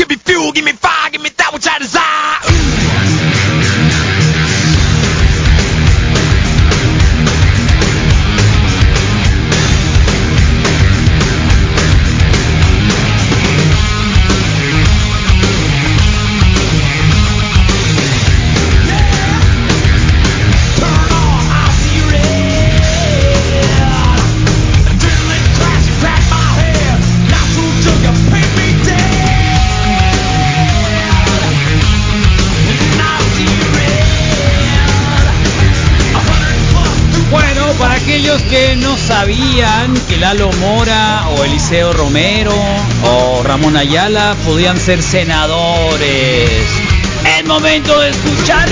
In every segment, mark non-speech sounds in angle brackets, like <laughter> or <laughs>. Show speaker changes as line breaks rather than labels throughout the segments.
Ooh, give me fire, give me that which I desire. Ooh. Turn on, I see red. Adrenaline crashing past my head. Not too took a paint me dead. And I see red. A hundred plus through
Bueno, para aquellos que no sabían que Lalo Mora o Eliseo Romero o Ramón Ayala podían ser senadores, es momento de escuchar.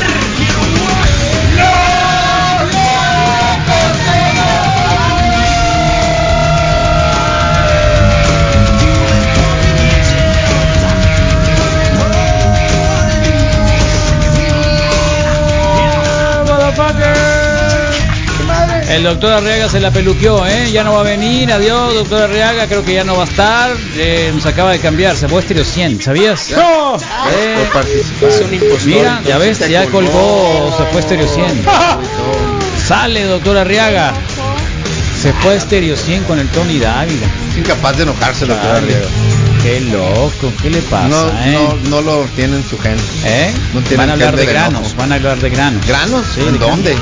El doctor Arriaga se la peluqueó, ¿eh? Ya no va a venir, adiós, doctor Arriaga, creo que ya no va a estar. Eh, nos acaba de cambiar, se fue a Estéreo 100, ¿sabías? ¡No!
Por participar.
Mira, ya ves, ya colgó, se fue a Stereo 100.
¡Ah!
Sale, doctor Arriaga. Se fue a Stereo 100 con el Tony Dávila.
Es incapaz de enojarse, doctor
Dale.
Arriaga.
Qué loco, ¿qué le pasa?
No,
eh?
no, no lo tienen su gen.
¿Eh?
no tienen
van a hablar
gen
de
del
granos,
enojo.
van a hablar de granos.
¿Granos?
Sí, de
¿En dónde?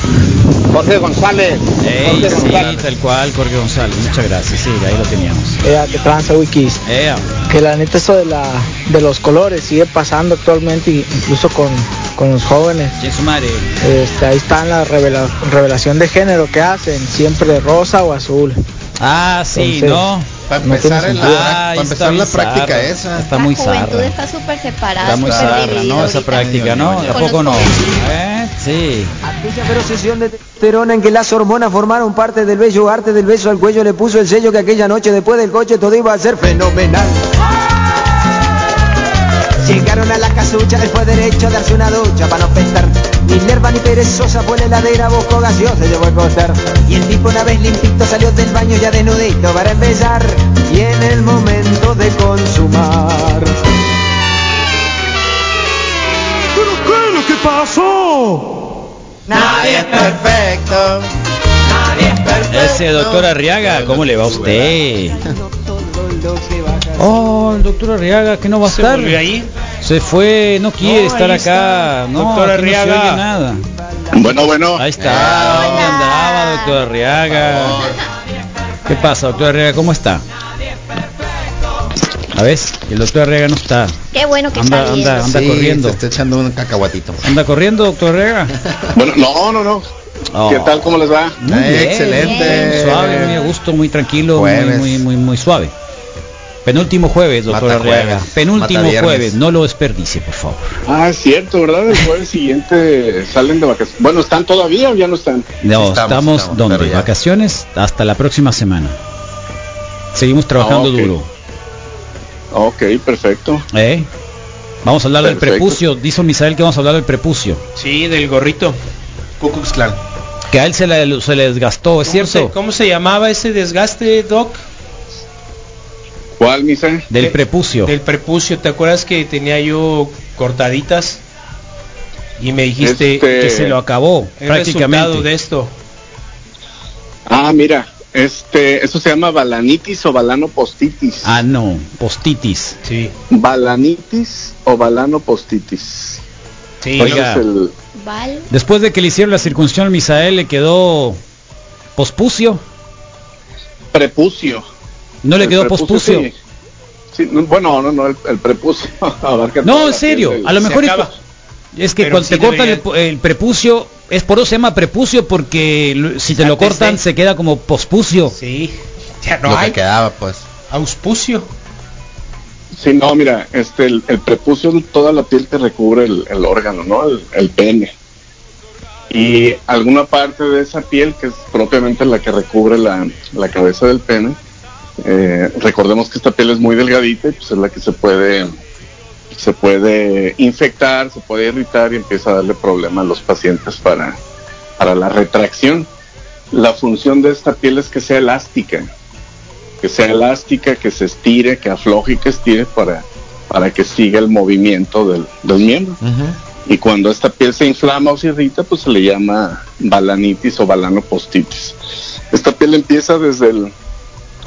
Jorge González.
Ey,
Jorge
sí,
González.
tal cual, Jorge González. Muchas gracias, sí, ahí lo teníamos.
Ea, que Eh, tranza wikis.
Ea.
Que la neta eso de la de los colores sigue pasando actualmente y- incluso con, con los jóvenes.
¿Quién su madre?
Este, ahí está la revela- revelación de género que hacen, siempre rosa o azul.
Ah, sí,
Entonces,
¿no?
Para
No
empezar,
tiene
en la,
sentido.
pra-
Ah,
para
está
empezar la
bien zarra.
práctica esa.
Está muy
la juventud
zarra.
está súper separada.
Está muy
súper
zarra,
dividida
¿no? Esa
ahorita.
práctica, ¿no?
Con
¿A
los
poco no?
jóvenes.
¿Eh? Sí.
Aquella procesión de testosterona en que las hormonas formaron parte del bello arte del beso al cuello le puso el sello que aquella noche después del coche todo iba a ser fenomenal. Llegaron a la casucha, él fue derecho a darse una ducha para no pestar. Ni lerva ni perezosa fue la heladera, buscó gaseosa y llegó a acostar. Y el tipo una vez limpito salió del baño ya desnudito para empezar. Y en el momento de consumar.
Nadie es perfecto.
Ese doctor Arriaga, ¿cómo le va a usted? Oh, el doctor Arriaga, que no va a estar.
volvió a ir?
Se fue, no quiere
No,
estar
ahí
acá.
está.
No,
Doctor
aquí no se
Arriaga. Oh. Ah,
oye nada.
Bueno, bueno.
Ahí está, ¿dónde andaba, doctor Arriaga? ¿Qué pasa, doctor Arriaga? ¿Cómo está? A ver, el doctor Arriaga no está.
Qué bueno que
Anda,
está bien.
anda, anda
Sí,
corriendo.
Se está echando un cacahuatito.
Anda corriendo, doctor
<laughs>
Arriaga.
Bueno, no, no, no. ¿Qué
Oh.
tal? ¿Cómo les va?
Muy
Eh,
bien,
excelente.
muy suave, muy a gusto, muy tranquilo, muy,
Jueves.
muy, muy, muy suave. Penúltimo jueves, doctor
Mata jueves,
Arriaga.
mata
Penúltimo
viernes.
jueves, no lo desperdicie, por favor.
Ah, es cierto, ¿verdad? El jueves siguiente <laughs> salen de vacaciones. Bueno, ¿están todavía o ya no están?
No,
estamos,
estamos,
estamos,
donde
pero ya.
vacaciones hasta la próxima semana. Seguimos trabajando
Ah, ok.
duro.
Ok, perfecto.
¿eh? Vamos a hablar del
Perfecto.
prepucio. Dice Misael que vamos a hablar del prepucio.
Sí, del gorrito.
Cucux Clan.
Que a él se le, se le desgastó, ¿es
¿Cómo
cierto?
se- ¿Cómo se llamaba ese desgaste, Doc?
¿Cuál, Misa?
Del
Eh,
prepucio.
Del prepucio. ¿Te acuerdas que tenía yo cortaditas? Y me dijiste
Este-
que se lo acabó
el resultado
prácticamente.
de esto.
Ah, mira. Este, eso se llama balanitis o balanopostitis.
Ah, no, postitis.
Sí.
Balanitis o balanopostitis.
Sí.
Ese
Oiga.
es el-
Val,
Después de que le hicieron la circuncisión, Misael le quedó pospucio.
prepucio.
No le
El
quedó
prepucio,
pospucio.
sí. Sí, no, bueno, no, no, el, el prepucio <laughs> abarca
No,
toda
en
la
serio.
piel del-
A lo
Se
mejor es,
acaba.
es que
Pero
cuando
sí
te cortan el,
debería-
po- el prepucio, es por eso se llama prepucio porque lo- si te lo
Antes
cortan
de-
se queda como pospucio.
Sí. Ya
lo
no hay.
que quedaba, pues.
Auspucio.
Sí, no, mira, este, el, el prepucio es toda la piel que recubre el, el órgano, ¿no? El, el pene. Y alguna parte de esa piel, que es propiamente la que recubre la, la cabeza del pene, eh, recordemos que esta piel es muy delgadita y pues es la que se puede, se puede infectar, se puede irritar y empieza a darle problema a los pacientes para, para la retracción. La función de esta piel es que sea elástica que sea elástica, que se estire, que afloje y que estire para para que siga el movimiento del, del miembro. Y cuando esta piel se inflama o se irrita, pues se le llama balanitis o balanopostitis. Esta piel empieza desde el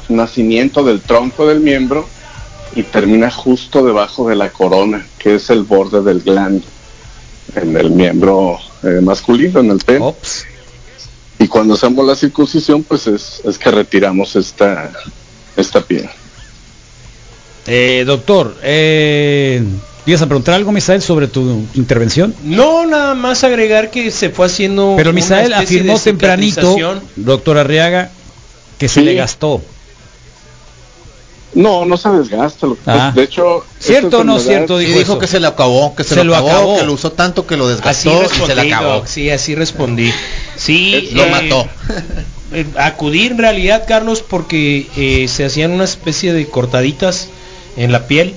nacimiento del tronco del miembro y termina justo debajo de la corona, que es el borde del glande, en el miembro eh, masculino, en el pene.
Ops.
Y cuando hacemos la circuncisión, pues es, es que retiramos esta, esta piel.
Eh, doctor, eh, ¿ibas a preguntar algo, Misael, sobre tu intervención?
No, nada más agregar que se fue haciendo.
Pero
una
Misael
especie de
afirmó tempranito,
cicatrización.
doctor Arriaga, que se
Sí.
le gastó.
No, no se desgasta. lo que
Ah.
pasa- De hecho, esta
¿Cierto o no
enfermedad-
cierto?
Y
Dijo,
dijo
eso.
que se lo acabó, que se, lo, acabó, que lo usó tanto que lo
Así
desgastó Pues y
respondí,
se le acabó.
Doc, sí, así respondí. Sí,
Lo
eh,
mató.
eh, acudí en realidad, Carlos, porque eh, se hacían una especie de cortaditas en la piel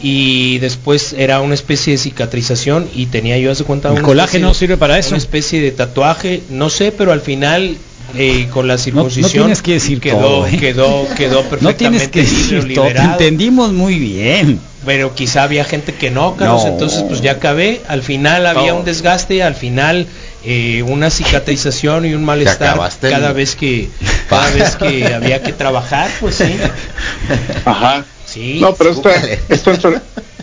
y después era una especie de cicatrización y tenía yo hace cuenta
El
una
colágeno
especie de-
sirve para eso.
una especie de tatuaje no sé pero al final eh, con la
No, no
circuncisión
tienes que decir
quedó
todo, ¿eh?
quedó quedó perfectamente
No tienes que decir todo, te
liberado.
entendimos muy bien.
pero quizá había gente que no, Carlos,
No.
entonces pues ya acabé, al final había un desgaste, al final eh, una cicatrización y un malestar
acabaste
cada
el-
vez
<laughs>
que cada vez que había que trabajar, pues sí,
Ajá.
sí,
No, pero esta,
Júpale.
esta, enfer-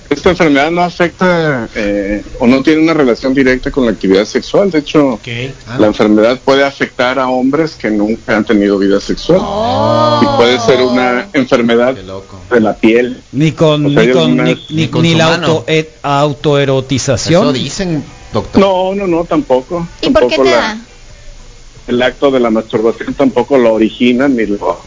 esta enfermedad no afecta eh, o no tiene una relación directa con la actividad sexual. De hecho,
ok.
Ah,
la enfermedad puede afectar a hombres que nunca han tenido vida sexual. Y
Oh.
puede ser una
Oh.
enfermedad
Qué loco.
de la piel.
Ni con,
O sea,
ni,
hay
con
algunas-
ni, ni-
Ni con
ni
su
la
mano.
auto, et- autoerotización.
Eso dicen, doctor.
No, no, no, tampoco.
¿Y por qué
Tampoco
te
la-
da?
El acto de la masturbación tampoco lo origina ni lo...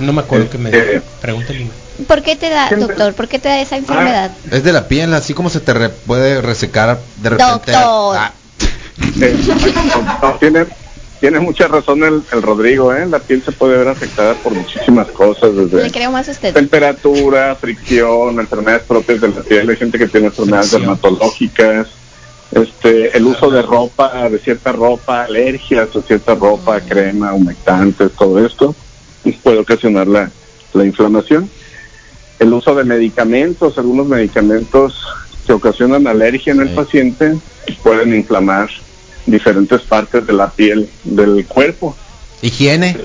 No me acuerdo que me
Eh,
pregúntale.
¿Por qué te da,
Siempre- Ah,
doctor? ¿Por qué te da esa enfermedad?
Es de la piel, así como se te re- puede resecar de repente.
Doctor.
Ah,
Eh, <laughs> no, tiene, tiene mucha razón el, el Rodrigo, ¿eh? La piel se puede ver afectada por muchísimas cosas,
Le
desde
creo más a usted.
pues, temperatura, fricción, enfermedades propias de la piel. Hay gente que tiene enfermedades
Fricción.
dermatológicas, este, el uso de ropa, de cierta ropa, alergias a cierta ropa, crema, humectantes, todo esto y puede ocasionar la, la inflamación. El uso de medicamentos, algunos medicamentos que ocasionan alergia en el
Sí.
paciente pueden inflamar diferentes partes de la piel del cuerpo.
higiene,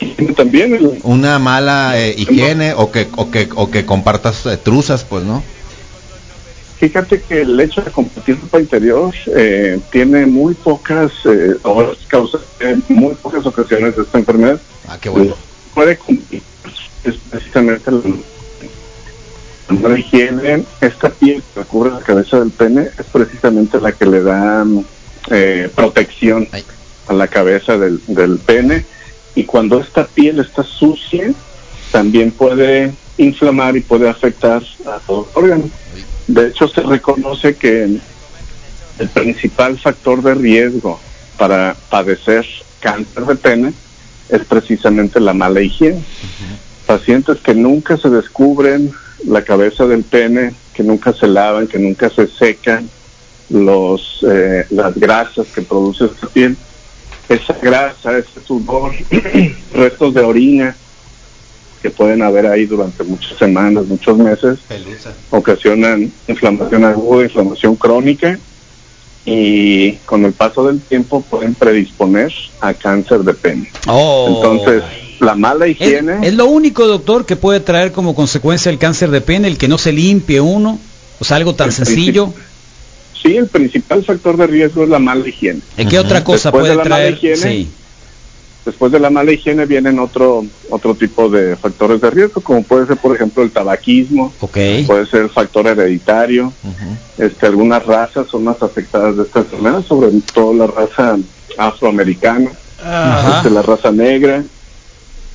Y También el-
una mala eh, higiene o que o que o que compartas eh, truzas, pues, ¿no?
Fíjate que el hecho de compartir ropa interior eh, tiene muy pocas eh, o causa eh, muy pocas ocasiones de esta enfermedad.
Ah, qué bueno.
Puede cumplir es precisamente la la mala higiene. Esta piel que cubre la cabeza del pene es precisamente la que le da mm, eh, protección
Ay.
a la cabeza del, del pene. Y cuando esta piel está sucia, también puede inflamar y puede afectar a todo el órgano. De hecho, se reconoce que el principal factor de riesgo para padecer cáncer de pene es precisamente la mala higiene. Pacientes que nunca se descubren la cabeza del pene, que nunca se lavan, que nunca se secan los eh, las grasas que produce esta piel, esa grasa, ese sudor, <clears throat> restos de orina que pueden haber ahí durante muchas semanas, muchos meses,
Pelusa.
ocasionan inflamación aguda, inflamación crónica y con el paso del tiempo pueden predisponer a cáncer de pene.
Oh.
Entonces, la mala
Es,
higiene,
es lo único, doctor, que puede traer como consecuencia el cáncer de pene, el que no se limpie uno. O sea, algo tan
El
sencillo.
sí, el principal factor de riesgo es la mala higiene.
¿Y ¿Qué otra cosa
Después de
puede
la mala
traer?
higiene,
Sí.
Después de la mala higiene vienen otro otro tipo de factores de riesgo, como puede ser, por ejemplo, el tabaquismo,
Ok.
puede ser factor hereditario, este, algunas razas son más afectadas de esta enfermedad, sobre todo la raza afroamericana.
Ah,
de la raza negra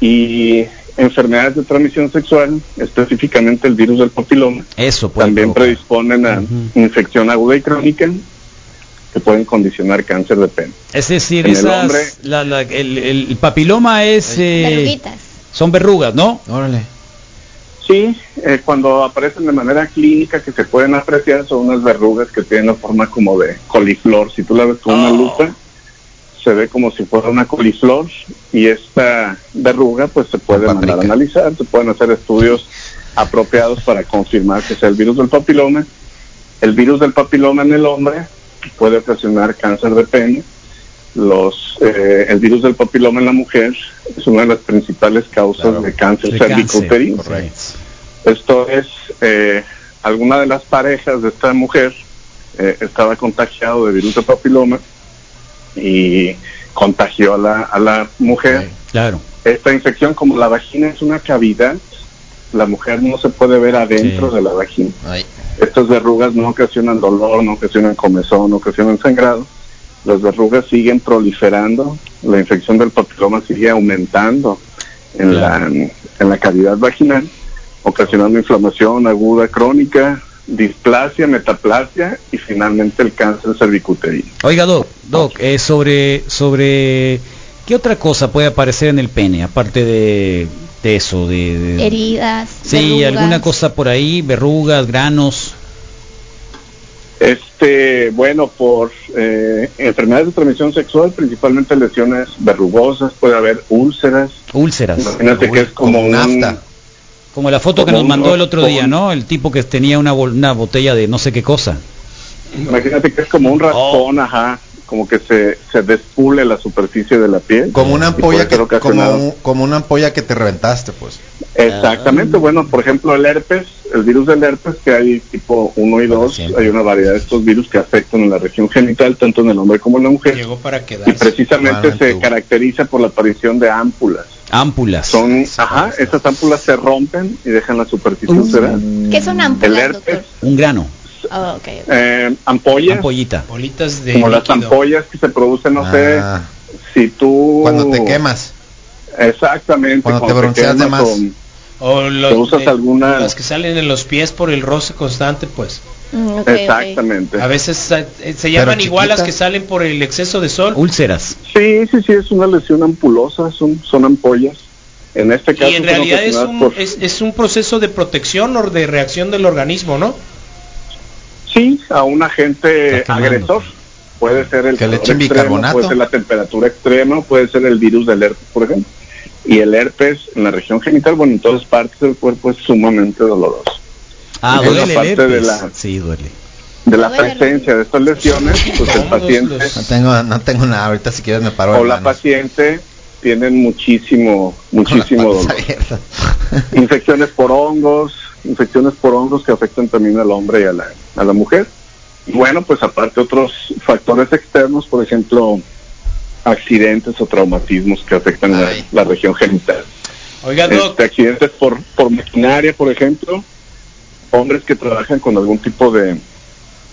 y enfermedades de transmisión sexual, específicamente el virus del papiloma,
Eso puede
también
provocar.
predisponen a
Ujú.
infección aguda y crónica que pueden condicionar cáncer de pene.
Es decir,
en el
esas,
hombre-
la- la- el, el papiloma es... eh,
Verruguitas.
son verrugas, ¿no?
Órale.
Sí, eh, cuando aparecen de manera clínica que se pueden apreciar son unas verrugas que tienen la forma como de coliflor. Si tú la ves con una
Oh.
lupa, se ve como si fuera una coliflor y esta verruga pues se puede mandar a
Paprika.
analizar, se pueden hacer estudios apropiados para confirmar que sea el virus del papiloma. El virus del papiloma en el hombre puede ocasionar cáncer de pene. Los, eh, el virus del papiloma en la mujer es una de las principales causas
Claro.
de cáncer
De
cervicouterino.
cáncer,
Correcto.
sí.
Esto es, eh, alguna de las parejas de esta mujer eh, estaba contagiado de virus de papiloma y contagió a la, a la mujer.
Claro.
Esta infección, como la vagina es una cavidad, la mujer no se puede ver adentro
Sí.
de la vagina.
Ay,
Estas verrugas no ocasionan dolor, no ocasionan comezón, no ocasionan sangrado. Las verrugas siguen proliferando, la infección del papiloma sigue aumentando en,
Claro.
la, en la cavidad vaginal, ocasionando inflamación aguda crónica, displasia, metaplasia y finalmente el cáncer cervicuterino.
Oiga, Doc, Doc, eh, sobre, sobre, ¿qué otra cosa puede aparecer en el pene, aparte de, de eso, de... de-
Heridas.
Sí,
verrugas.
alguna cosa por ahí, verrugas, granos.
Este, bueno, por eh, enfermedades de transmisión sexual, principalmente lesiones verrugosas, puede haber úlceras.
Úlceras,
Imagínate que es como,
como
un,
nafta.
como la foto que nos
Como un
mandó el otro día,
raspón.
¿no? El tipo que tenía una, bol- una botella de no sé qué cosa.
Imagínate que es como un raspón, ajá, como que se, se despule la superficie de la piel.
Como una
Y puede
ampolla
ser
que, como,
ocasionado-
un- como una ampolla que te reventaste, pues. Ah.
Exactamente, bueno, por ejemplo, el herpes, el virus del herpes, que hay tipo 1 y 2,
Siempre.
hay una variedad de estos virus que afectan a la región genital, tanto en el hombre como en la mujer,
Llegó para
y
quedarse.
precisamente
Ah,
se
tú.
caracteriza por la aparición de ámpulas.
Ámpulas.
Son, ajá, estas ámpulas se rompen y dejan la superficie
Mm.
ulcerada.
¿Qué son
El
ampulas,
herpes,
doctor?
Un grano,
Ah, ok, ok.
eh, ampollas,
ampollita.
Bolitas de
como las
líquido.
ampollas que se producen, no
Ah,
sé, Uh. si tú...
Cuando te quemas.
Exactamente.
Cuando te bronceas de
quemas
más.
con-
O los
¿Te usas
de-
alguna?
Las que salen en los pies por el roce constante, pues.
Mm, ok, ok.
Exactamente.
A veces eh, eh, se llaman
Pero
igual las
chiquita.
que salen por el exceso de sol.
Úlceras.
Sí, sí, sí, es una lesión ampulosa, son, son ampollas. En este caso,
y en
son
realidad es
ocasionadas
un,
por-
es, es un proceso de protección o de reacción del organismo, ¿no?
sí a un agente
Está quemando.
agresor. Puede ser el
Que le
calor
echen
extremo,
bicarbonato.
puede ser la temperatura extrema, puede ser el virus del herpes, por ejemplo. Y el herpes en la región genital, bueno, en todas partes del cuerpo es sumamente doloroso.
Ah,
Es la
duele el
parte de
herpes.
la-
Sí, duele.
De la
Duele.
presencia de estas lesiones, pues el
Todos
paciente
los-
No tengo, no tengo nada. Ahorita si quieres me paro.
o
de
la
manos.
paciente tienen muchísimo,
Con las
muchísimo
patas
dolor.
abiertas.
infecciones por hongos, infecciones por hongos que afectan también al hombre y a la, a la mujer. Y bueno, pues aparte otros factores externos, por ejemplo, accidentes o traumatismos que afectan la,
Ay.
la región genital.
Oiga, Doc,
Este, accidentes por, por maquinaria, por ejemplo, hombres que trabajan con algún tipo de,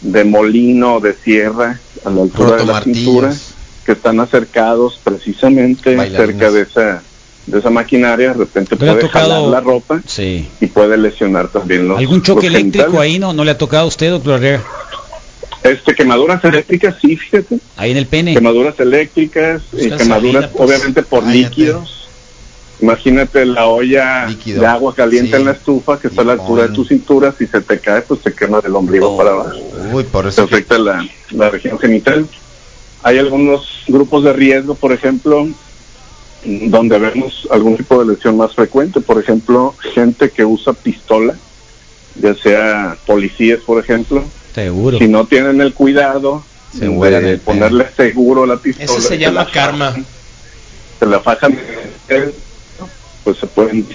de molino o de sierra a la altura de la cintura,
Rotomartillos.
que están acercados precisamente
Bailarines.
cerca de esa de esa maquinaria, de repente
¿No le ha
puede jalar
tocado-
la ropa
Sí.
y puede lesionar también los
¿Algún choque
los
eléctrico
genitales.
ahí no, no le ha tocado a usted, doctor Herrera?
Este,
Ah.
quemaduras eléctricas, sí, fíjate.
Ahí en el pene.
Quemaduras eléctricas y
Busca
quemaduras,
salida, pues.
obviamente, por
Cállate.
líquidos. Imagínate la olla
Líquido.
de agua caliente
Sí.
en la estufa que está a la
Y
altura de
pon- Oh.
tu cintura. Si se te cae, pues te quema del ombligo para abajo.
Uy, por
Se
eso. que-
pues, afecta la, la región genital. Hay algunos grupos de riesgo, por ejemplo, donde vemos algún tipo de lesión más frecuente. Por ejemplo, gente que usa pistola, ya sea policías, por ejemplo.
Seguro.
Si no tienen el cuidado
Se
de,
vuelan el pelo.
ponerle seguro a la pistola,
eso se
que
llama
la-
karma.
Se la fajan, pues se pueden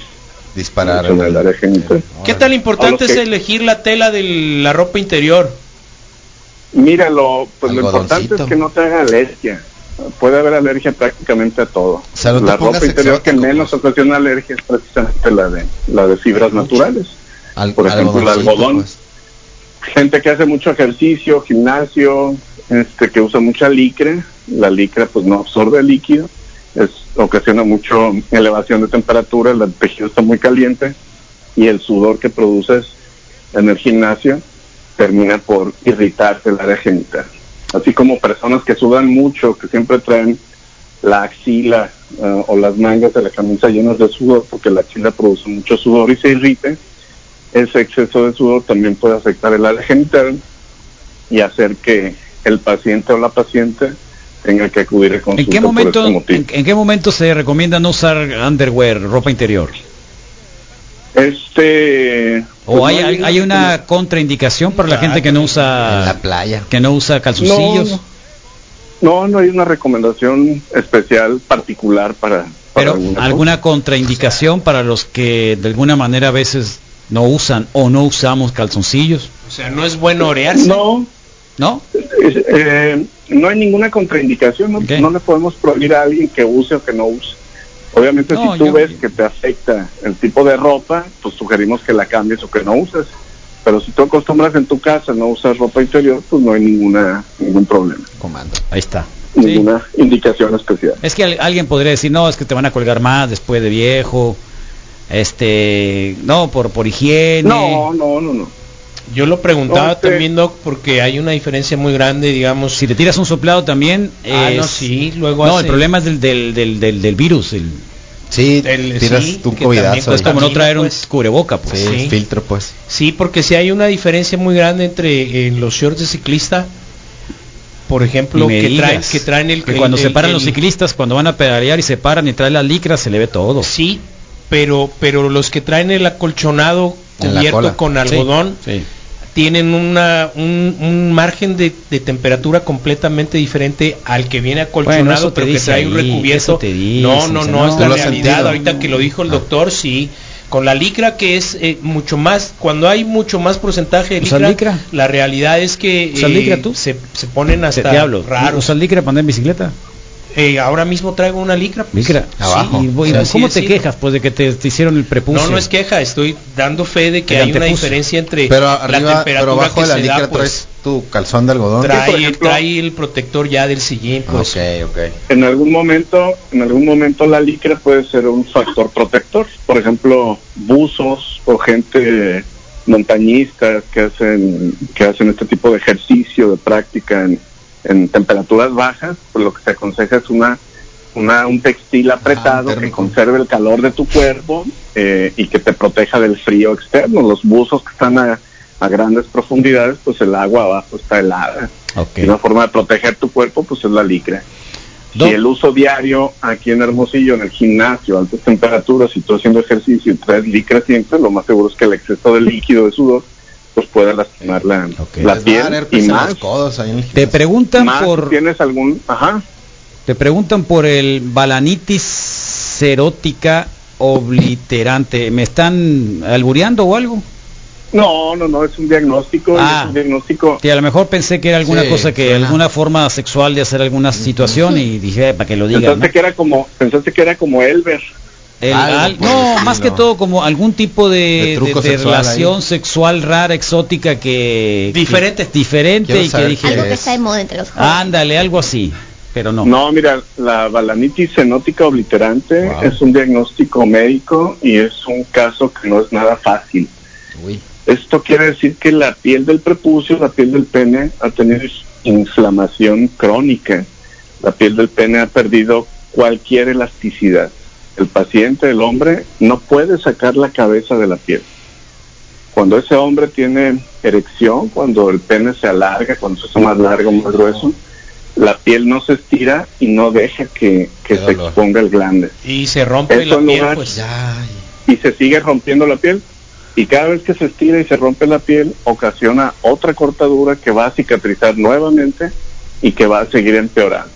disparar.
en el área genital.
¿Qué tan importante
A los
es
que-
elegir la tela de la ropa interior?
Míralo, pues lo
Algodoncito.
importante es que no te haga alergia. Puede haber alergia prácticamente a todo.
O sea, no te
la
pongas
ropa interior que
exótico,
menos ocasiona alergia es precisamente la de la de fibras
Mucho.
naturales.
Al-
por ejemplo, el
algodoncito,
algodón.
pues.
Gente que hace mucho ejercicio, gimnasio, este que usa mucha licra, la licra pues no absorbe líquido, es, ocasiona mucho elevación de temperatura, el tejido está muy caliente y el sudor que produces en el gimnasio termina por irritarse el área genital. Así como personas que sudan mucho, que siempre traen la axila eh, o las mangas de la camisa llenas de sudor, porque la axila produce mucho sudor y se irrite, ese exceso de sudor también puede afectar el área genital y hacer que el paciente o la paciente tenga que acudir a consulta
¿En qué
por
momento
este motivo.
en, en qué momento se recomienda no usar underwear, ropa interior?
Este. pues
¿O
no Ah,
hay,
pues,
hay, hay una contraindicación para la gente que
Ah.
no
En
usa
la playa.
que no usa calzoncillos?
No, No, no hay una recomendación especial, particular para. para
Pero alguna contraindicación para los que de alguna manera a veces no usan o no usamos calzoncillos,
O sea, no es bueno
cosa.
orearse.
No,
¿no?
es- eh, no hay ninguna contraindicación, ¿no?
Ok.
No le podemos prohibir a alguien que use o que no use. Obviamente,
No,
si tú
yo-
ves que te afecta el tipo de ropa, pues sugerimos que la cambies o que no uses. Pero si tú acostumbras en tu casa no usas ropa interior, pues no hay ninguna ningún problema,
Comando.
Ahí está. Sí.
ninguna indicación especial.
Es que al- alguien podría decir, no, es que te van a colgar más después de viejo, este, no, por, por higiene.
No, no, no, no.
Yo lo preguntaba
No, sí.
también, Doc, porque hay una diferencia muy grande, digamos.
Si te tiras un soplado también...
Ah, no,
es-
sí, luego
No,
hace-
el problema es del, del, del, del, del virus, el,
Sí,
El-
tiras
sí,
tu
que también
covidazo.
cuesta
es como no
Contamina,
traer un
pues.
cubreboca, pues.
Sí,
Sí.
filtro, pues.
Sí, porque si hay una diferencia muy grande entre eh, los shorts de ciclista, por ejemplo,
Ni me
que traen,
digas.
que traen el...
Que
el-
cuando
el-
se paran los
el-
ciclistas, cuando van a pedalear y se paran y traen la licra, se le ve todo.
Sí, pero, pero los que traen el acolchonado
En la
cubierto
cola.
con
Sí,
algodón
sí.
tienen una, un, un margen de, de temperatura completamente diferente al que viene acolchonado,
Bueno, eso te
pero que
dice
trae un
ahí,
recubierto.
eso te dice,
no, no, no,
no,
es
¿tú
la
lo has
realidad.
sentido?
Ahorita que lo dijo el doctor, sí. Con la licra que es eh, mucho más, cuando hay mucho más porcentaje de
¿Usas
licra,
licra?
la realidad es que eh,
¿Usas licra tú?
Se, se ponen hasta
Diablo,
raros.
¿usas licra para andar en bicicleta?
Eh, ahora mismo traigo una licra. pues,
Micra,
sí,
abajo.
Y, voy-
o sea, así
¿Cómo
es,
te
sí.
quejas pues de que te, te hicieron el prepucio?
No, no es queja, estoy dando fe de que
El
hay una
antepucio.
diferencia entre
Pero
la
arriba,
temperatura
pero abajo
que
de la
se da,
licra
pues,
traes tu calzón de algodón. Ah,
trae,
por ejemplo-
trae el protector ya del sillín, pues.
ok, ok.
en algún momento, en algún momento la licra puede ser un factor protector. Por ejemplo, buzos o gente montañistas que hacen que hacen este tipo de ejercicio, de práctica en, en temperaturas bajas, pues lo que se aconseja es una una un textil apretado que
térmico.
conserve el calor de tu cuerpo eh, y que te proteja del frío externo. Los buzos que están a, a grandes profundidades, pues el agua abajo está helada.
Ok.
Y una forma de proteger tu cuerpo, pues es la licra.
Doc,
Si el uso diario aquí en Hermosillo, en el gimnasio, altas temperaturas, si tú haciendo ejercicio y traes licra siempre, lo más seguro es que el exceso de líquido, de sudor, pues pueda lastimar la,
Ok.
la
Les va a
piel
arder, pues,
y
en los
más.
codos, ahí en el
te
gimnasio.
preguntan
más
por
¿Tienes algún...? Ajá.
te preguntan por el balanitis erótica obliterante. ¿Me están albureando o algo?
No, no, no, es un diagnóstico. y
Ah.
es un diagnóstico...
Que a lo mejor pensé que era alguna
Sí,
cosa que
suena.
alguna forma sexual de hacer alguna situación y dije "Eh, para que lo digan.
Pensaste
¿no?
que era como, pensaste que era como Elber.
El
Algo
al-
por
no,
el
más que
estilo.
todo como algún tipo
De
de, de-
truco
de
sexual ahí.
relación sexual rara, exótica que que-
Diferente.
diferente
Quiero
y que
saber
dije
Algo
es?
que está de moda entre los jóvenes.
Ándale, algo así, pero no.
No, mira, la balanitis cenótica obliterante
Wow.
es un diagnóstico médico y es un caso que no es nada fácil.
Uy,
Esto quiere decir que la piel del prepucio, la piel del pene, ha tenido inflamación crónica. La piel del pene ha perdido cualquier elasticidad. El paciente, el hombre, no puede sacar la cabeza de la piel. Cuando ese hombre tiene erección, cuando el pene se alarga, cuando se hace más largo, más grueso, la piel no se estira y no deja que, que
Qué
se
dolor.
exponga el glande
Y se rompe
Esto
la
en
piel,
Este lugar-
pues.
ya.
y se sigue rompiendo la piel. Y cada vez que se estira y se rompe la piel, ocasiona otra cortadura que va a cicatrizar nuevamente y que va a seguir empeorando.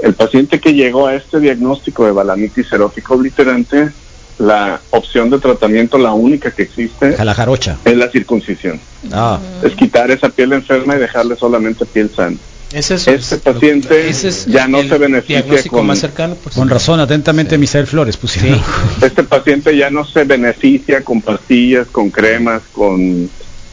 El paciente que llegó a este diagnóstico de balanitis erótica obliterante, la opción de tratamiento, la única que existe,
A la jarocha.
es la circuncisión.
Ah.
Es quitar esa piel enferma y dejarle solamente piel sana.
Ese es,
Este paciente
ese es
ya no
el
se beneficia
diagnóstico
con-
más cercano, pues.
Con razón, atentamente Misael Flores pusieron.
Este paciente ya no se beneficia con pastillas, con cremas, con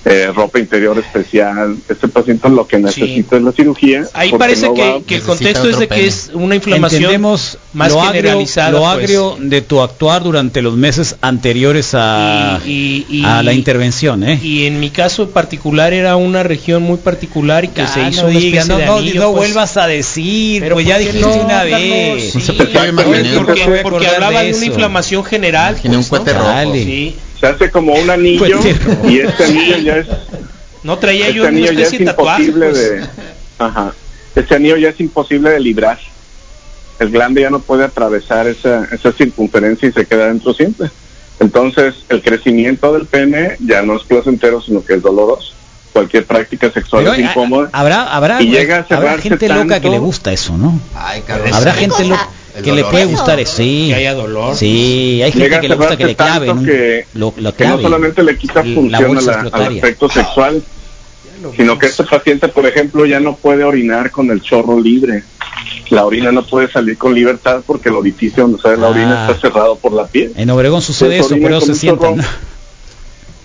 eh, ropa interior especial. Este paciente lo que necesita es la cirugía.
Ahí
porque
parece
no va-
que, que el
Necesita
contexto es
otro
de que
pene.
es una inflamación
Entendemos
más
lo agrio,
generalizada,
lo
pues.
agrio de tu actuar durante los meses anteriores a,
Y- y- y-
a la intervención, ¿eh?
y en mi caso particular era una región muy particular y que
Ah,
se hizo
no
una
digas,
especie
no,
de
no,
anillo,
no
pues.
vuelvas a decir,
Pero
pues ya
¿por qué
dijiste
no,
una
Carlos?
vez.
Sí,
Pues
se perdió,
porque-
imaginé.
porque,
Yo me
porque
acordaba
hablaba
de
de,
eso.
una inflamación general. pues,
Imaginé un
¿no?
cuete rojo.
Dale.
Sí.
Se hace como
<laughs>
un anillo
Pues, sí.
y este anillo ya es,
No traía yo
este
una
anillo ya es
especie de tatuaje.
imposible
pues.
de... Ajá. Este anillo ya es imposible de librar. El glande ya no puede atravesar esa, esa circunferencia y se queda dentro siempre. Entonces, el crecimiento del pene ya no es placentero, sino que es doloroso. Cualquier práctica sexual
Pero,
es
eh,
incómoda.
habrá habrá,
Y llega a
habrá
cerrarse
gente loca
tanto-
que le gusta eso, ¿no?
Ay, cabrón.
Habrá
¿Qué
gente
cosa?
loca
El
que le
dolor.
puede
Eso.
gustar eso, sí.
Que haya dolor.
Sí, hay gente
Llega
que le
a
gusta que le
cerrarse tanto
claven. un-
que-
lo, lo
que no
claven.
solamente le quita
la
función a
bolsa
la- al
escrotaria.
aspecto sexual, sino que este paciente, por ejemplo, ya no puede orinar con el chorro libre. La orina no puede salir con libertad porque el orificio donde sale la orina
Ah. Eh.
está cerrado por la piel.
En Obregón sucede
Pues
eso, por
orina
eso se
con un
sientan.
chorro.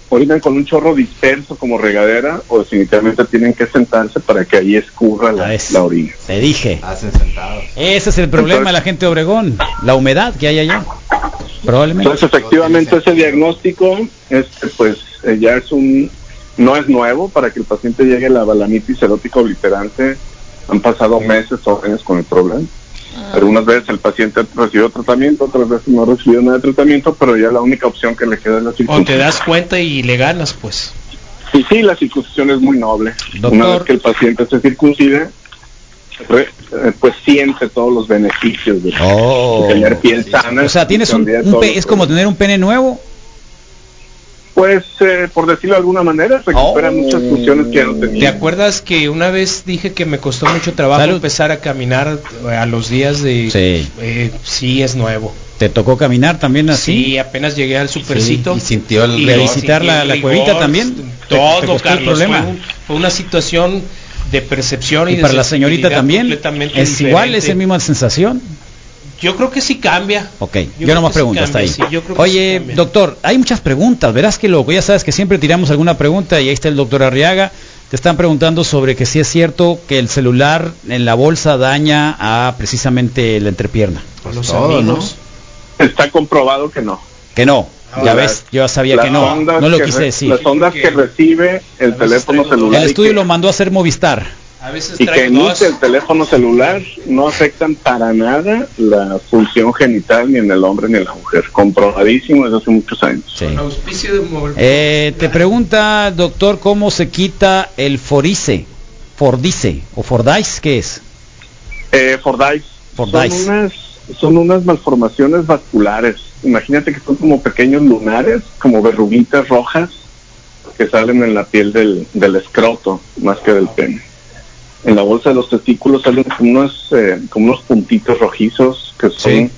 Orinan con un chorro disperso como regadera o definitivamente tienen que sentarse para que ahí escurra la,
Ah, es.
la orina.
Te dije.
Hacen sentados.
Ese es el problema de la gente de Obregón, la humedad que hay allá. Probablemente.
Entonces, efectivamente, ese diagnóstico, este, pues, eh, ya es un, no es nuevo para que el paciente llegue a la balanitis erótica obliterante. Han pasado meses o años con el problema. Algunas veces el paciente ha recibido tratamiento, otras veces no ha recibido nada de tratamiento, pero ya la única opción que le queda es la
O te
circuncisión.
das cuenta y le ganas, pues.
Y sí, la circuncisión es muy noble.
Doctor.
Una vez que el paciente se circuncide, re- eh, pues siente todos los beneficios de
Oh.
tener piel sana.
O sea, tienes un,
Cambia
un
todos
pe-
los
es como
problemas.
tener un pene nuevo.
Pues, eh, por decirlo de alguna manera, recupera
Oh.
muchas funciones que ya no
¿Te
tenía.
acuerdas que una vez dije que me costó mucho trabajo
Salud.
empezar a caminar eh, a los días de...
Sí.
Eh, sí, es nuevo.
Te tocó caminar también así.
Sí, apenas llegué al supercito.
y sintió el
Y
rigor.
visitar la- la
rigor,
cuevita también.
Todo,
Te- te costó el
Carlos.
problema.
Fue, un- fue una situación de percepción y,
Y
de
para la señorita
sensibilidad
también.
completamente
Es igual, es
diferente.
la misma sensación.
Yo creo que sí cambia.
Ok, yo,
Yo
no
creo
nomás
que sí
pregunto, hasta ahí.
cambia, sí, yo creo que sí
Oye,
cambia.
doctor, hay muchas preguntas, verás qué loco, ya sabes que siempre tiramos alguna pregunta y ahí está el doctor Arriaga. Te están preguntando sobre que si es cierto que el celular en la bolsa daña a precisamente la entrepierna.
Con los
todo,
amigos.
Está comprobado que no.
Que no, ya
Ahora,
ves, yo ya sabía
Ah, Las
que no,
ondas
no lo
que
quise
re-
decir.
Las ondas que recibe el
A veces
teléfono
traigo-
celular
El
y
estudio
que-
lo mandó a hacer Movistar.
A veces
y que
traigo dos.
emite el teléfono celular no afectan para nada la función genital ni en el hombre ni en la mujer. Comprobadísimo desde hace muchos años.
Sí.
Con auspicio de Mol-
Eh, te pregunta, doctor, ¿cómo se quita el forice? Fordice o fordice, ¿qué es?
Eh, Fordyce.
Fordyce.
Son unas, son unas malformaciones vasculares. Imagínate que son como pequeños lunares, como verruguitas rojas que salen en la piel del, del escroto más que del pene. En la bolsa de los testículos salen como unos, eh, como unos puntitos rojizos que son
Sí.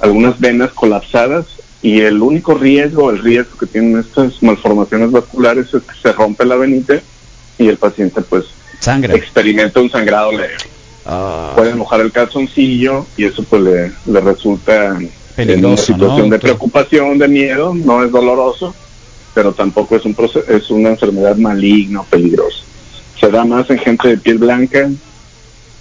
algunas venas colapsadas y el único riesgo, el riesgo que tienen estas malformaciones vasculares es que se rompe la venita y el paciente pues
Sangre.
experimenta un sangrado leve
Ah.
puede mojar el calzoncillo y eso pues le, le resulta en una
Peligroso,
situación
¿no,
de
doctor?
preocupación, de miedo, no es doloroso, pero tampoco es un proce- es una enfermedad maligna o peligrosa. Se da más en gente de piel blanca,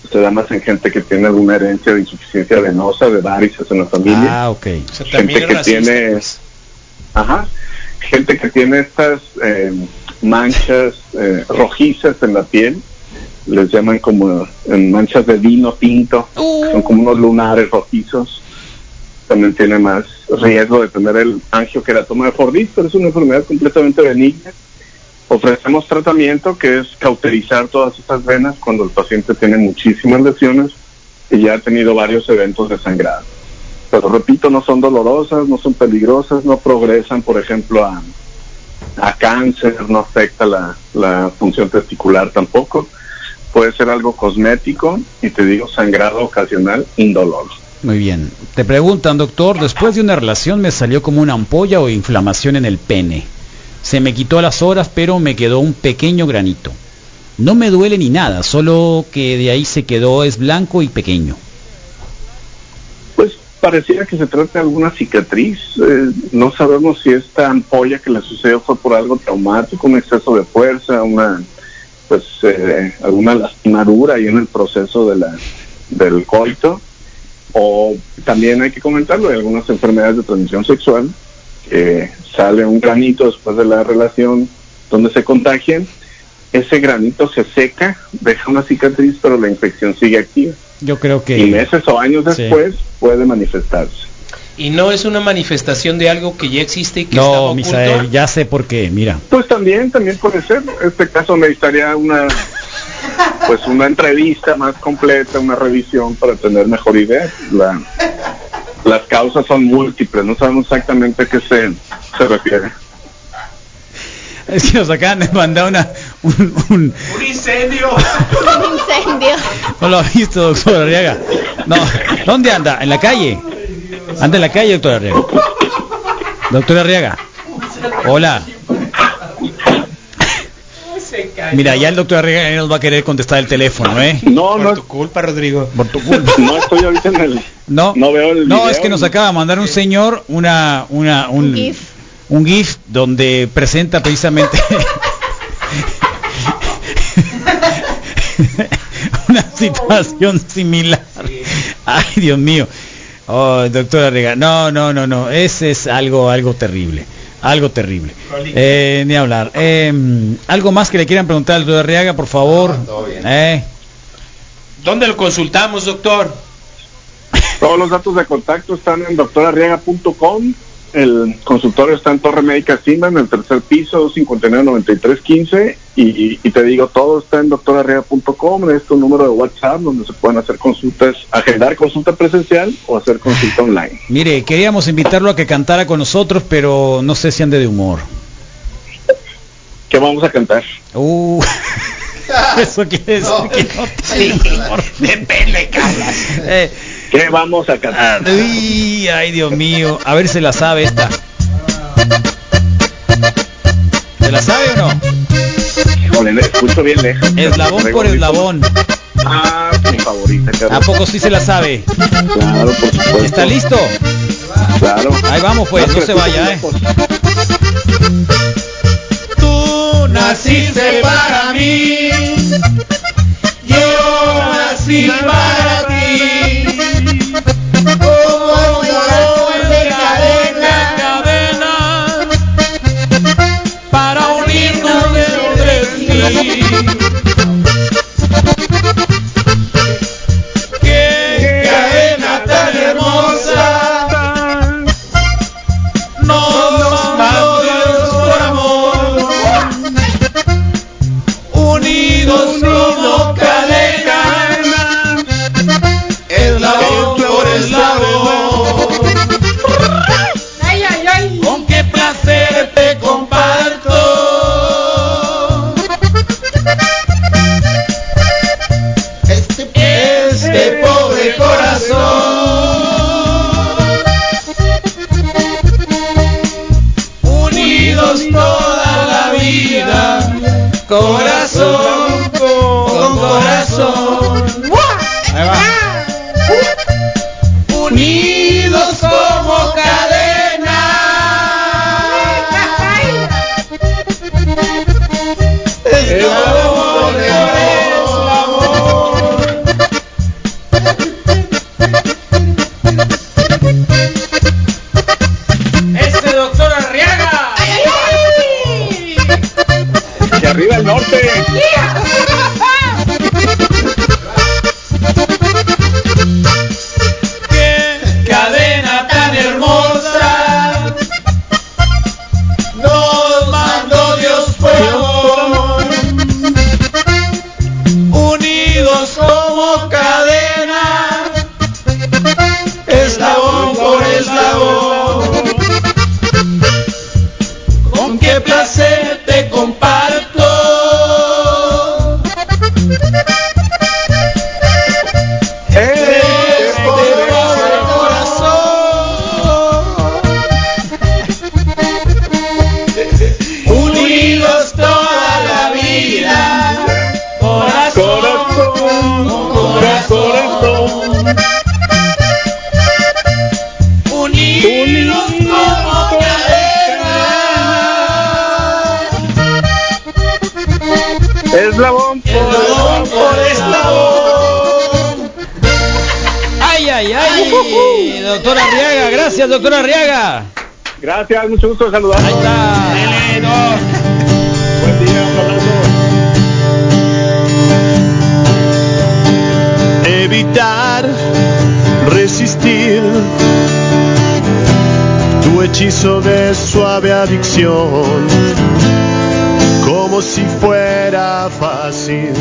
se da más en gente que tiene alguna herencia de insuficiencia venosa, de varices en la familia.
Ah, ok.
O sea, también
gente
es
que
racista,
tiene-
pues.
Ajá. Gente que tiene estas eh, manchas eh, rojizas en la piel, les llaman como eh, manchas de vino tinto,
Uh.
son como unos lunares rojizos. También tiene más riesgo de tener el angioqueratoma de Fordis, pero es una enfermedad completamente benigna. Ofrecemos tratamiento que es cauterizar todas estas venas cuando el paciente tiene muchísimas lesiones y ya ha tenido varios eventos de sangrado pero repito, no son dolorosas, no son peligrosas, no progresan, por ejemplo, a, a cáncer, no afecta la, la función testicular tampoco. Puede ser algo cosmético y te digo sangrado ocasional indoloro.
Muy bien. Te preguntan, doctor, después de una relación me salió como una ampolla o inflamación en el pene. Se me quitó a las horas, pero me quedó un pequeño granito. No me duele ni nada, solo que de ahí se quedó, es blanco y pequeño.
Pues pareciera que se trata de alguna cicatriz. eh, no sabemos si esta ampolla que le sucedió fue por algo traumático, un exceso de fuerza, una pues eh, alguna lastimadura ahí en el proceso de la, del coito. O también hay que comentarlo, hay algunas enfermedades de transmisión sexual que sale un granito después de la relación donde se contagian. Ese granito se seca, deja una cicatriz, pero la infección sigue activa
Yo creo que...
y meses o años
Sí.
después puede manifestarse.
Y no es una manifestación de algo que ya existe y que estaba
No,
oculto.
Misael, ya sé por qué, mira. <laughs>
Pues también, también puede ser. Este caso necesitaría una, pues una entrevista más completa, una revisión para tener mejor idea. La, las causas son múltiples, no sabemos exactamente a qué se, se refiere.
Es que nos acaban de mandar una, un, un-
<laughs> Un incendio.
<laughs> No lo ha visto, doctor Arriaga. No, ¿dónde anda? ¿En la calle? Anda en la calle, doctor Arriaga. Doctor Arriaga. Hola. Mira, ya el doctor Arriaga ya nos va a querer contestar el teléfono, ¿eh?
No, no,
Por tu culpa, Rodrigo.
Por tu culpa.
<laughs> no estoy ahorita en el...
No,
No veo el
no
video.
es que nos acaba de mandar un señor una, una, un,
Un gif.
un GIF donde presenta precisamente <laughs> una situación similar. Ay, Dios mío. Oh, doctora Rega, no, no, no, no, ese es algo, algo terrible, algo terrible. Eh, ni hablar. Eh, algo más que le quieran preguntar al doctor Arriaga, por favor.
Ah, todo bien.
Eh,
¿Dónde lo consultamos, doctor?
Todos los datos de contacto están en doctorarriaga.com. El consultorio está en Torre Médica Simba, en el tercer piso, 259-9315. Y, y te digo, todo está en doctorarriaga.com. Es tu número de WhatsApp donde se pueden hacer consultas, agendar consulta presencial o hacer consulta online.
Mire, queríamos invitarlo a que cantara con nosotros, pero no sé si ande de humor.
¿Qué vamos a cantar?
Uh, <laughs> eso quiere decir que no tiene humor. Eh,
¿Qué vamos a
Ah,
cantar?
uy, ay, Dios mío. A ver, ¿se la sabe esta? ¿Se la sabe o no?
Híjole, le escucho bien lejos.
Eslabón por eslabón.
Ah, mi favorita,
¿A
Carlos.
poco sí se la sabe?
Claro, por supuesto.
¿Está listo?
Claro.
Ahí vamos, pues, no se vaya, eh.
Tú naciste para mí, yo nací para ti. Como el joven de cadena, para unirnos de los sí. Qué cadena tan hermosa, nos mandó Dios por amor unidos como cadena, eslabón por eslabón. Con qué placer te comparto. Este, pobre corazón. Unidos toda la vida corazón con corazón,
Ahí va.
unidos como cadena. El amor es amor. Este doctor Arriaga.
Y arriba el norte.
¡Qué cadena tan hermosa! Nos mandó Dios por amor. Unidos como cadena, eslabón por eslabón. Con qué placer te comparto. Eres pobre corazón. Unidos toda la vida. Corazón, corazón. Unidos como cadena.
Eslabón por
Eslabón por eslabón.
<laughs>
Ay, ay, ay. Doctora Arriaga, gracias, doctora Arriaga.
Gracias, mucho gusto de
Ahí
saludarlos.
está.
Buen día, un abrazo.
evitar resistir tu hechizo de suave adicción, como si fuera fácil